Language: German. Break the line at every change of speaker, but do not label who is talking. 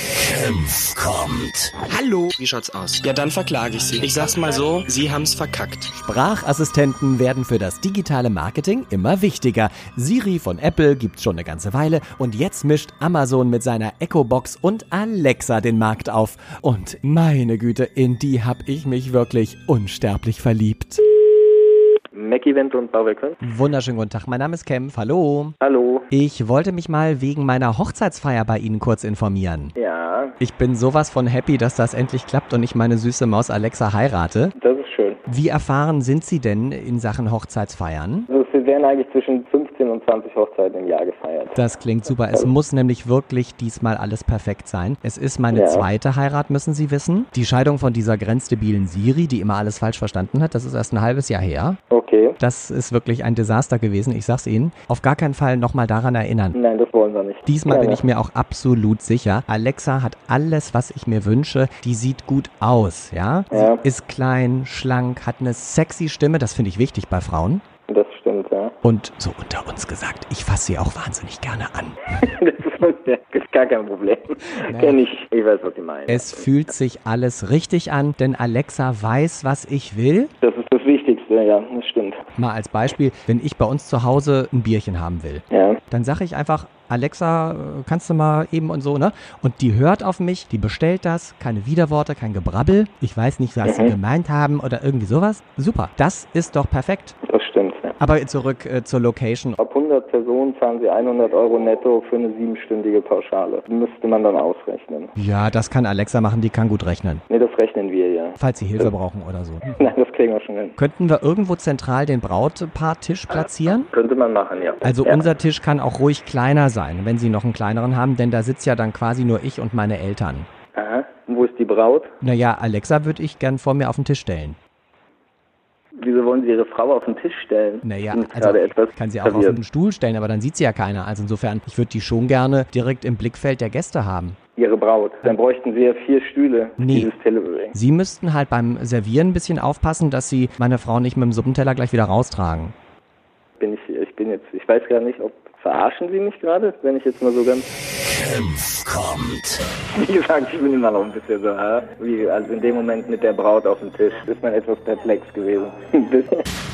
Senf kommt.
Hallo. Wie schaut's aus? Ja, dann verklage ich Sie. Ich sag's mal so, Sie haben's verkackt.
Sprachassistenten werden für das digitale Marketing immer wichtiger. Siri von Apple gibt's schon eine ganze Weile und jetzt mischt Amazon mit seiner Echo Box und Alexa den Markt auf. Und meine Güte, in die hab ich mich wirklich unsterblich verliebt.
Mac-Event und Bauwerkkunst.
Wunderschönen guten Tag, mein Name ist Kempf. Hallo.
Hallo.
Ich wollte mich mal wegen meiner Hochzeitsfeier bei Ihnen kurz informieren.
Ja,
Ich bin sowas von happy, dass das endlich klappt und ich meine süße Maus Alexa heirate.
das ist schön.
Wie erfahren sind Sie denn in Sachen Hochzeitsfeiern?
Also es werden eigentlich zwischen 15 und 20 Hochzeiten im Jahr gefeiert.
Das klingt super. Es muss nämlich wirklich diesmal alles perfekt sein. Es ist meine
Ja.
zweite Heirat, müssen Sie wissen. Die Scheidung von dieser grenzdebilen Siri, die immer alles falsch verstanden hat, das ist erst ein halbes Jahr her.
Okay.
Das ist wirklich ein Desaster gewesen, ich sag's Ihnen. Auf gar keinen Fall nochmal daran erinnern.
Nein, das wollen wir nicht.
Diesmal bin
Gerne.
ich mir auch absolut sicher. Alexa hat alles, was ich mir wünsche. Die sieht gut aus, ja? Sie
Ja.
ist klein, schlank, hat eine sexy Stimme. Das finde ich wichtig bei Frauen.
Das stimmt, ja.
Und so unter uns gesagt, ich fasse sie auch wahnsinnig gerne an.
Das ist, das ist gar kein Problem.
Naja.
Kenn ich. Ich weiß, was Sie meinen.
Es fühlt sich alles richtig an, denn Alexa weiß, was ich will.
das ist das Wichtigste, ja. Das stimmt.
Mal als Beispiel, wenn ich bei uns zu Hause ein Bierchen haben will.
Ja.
Dann sage ich einfach, Alexa, äh, kannst du mal eben und so, ne? Und die hört auf mich, die bestellt das, keine Widerworte, kein Gebrabbel. Ich weiß nicht, was sie
Mhm.
gemeint haben oder irgendwie sowas. Super, das ist doch perfekt.
Das stimmt, ja.
Aber zurück äh, zur Location.
Ab 100 Personen zahlen Sie 100 Euro netto für eine siebenstündige Pauschale. Müsste man dann ausrechnen.
Ja, das kann Alexa machen, die kann gut rechnen.
Nee, das rechnen wir ja.
Falls sie Hilfe brauchen oder so.
Nein, das kriegen wir schon hin.
Könnten wir irgendwo zentral den Brautpaartisch platzieren?
Könnte man machen, ja.
Also
Äh, ja.
unser Tisch kann auch ruhig kleiner sein, wenn Sie noch einen kleineren haben, denn da sitzt ja dann quasi nur ich und meine Eltern.
Aha. Und Wo ist die Braut?
Naja, Alexa würde ich gern vor mir auf den Tisch stellen.
Wieso wollen Sie Ihre Frau auf den Tisch stellen?
Naja,
Ich bin
also
Hm, gerade etwas
kann sie auch auf
verwirrt.
den Stuhl stellen, aber dann sieht sie ja keiner. Also insofern, ich würde die schon gerne direkt im Blickfeld der Gäste haben.
Ihre Braut. Dann bräuchten Sie ja vier Stühle für
Nee.
dieses Delivery.
Sie müssten halt beim Servieren ein bisschen aufpassen, dass Sie meine Frau nicht mit dem Suppenteller gleich wieder raustragen.
Bin ich, ich bin jetzt, ich weiß gar nicht, ob verarschen Sie mich gerade, wenn ich jetzt mal so ganz,
Senf kommt.
wie gesagt, ich bin immer noch ein bisschen so, hä? wie also in dem Moment mit der Braut auf dem Tisch ist man etwas perplex gewesen.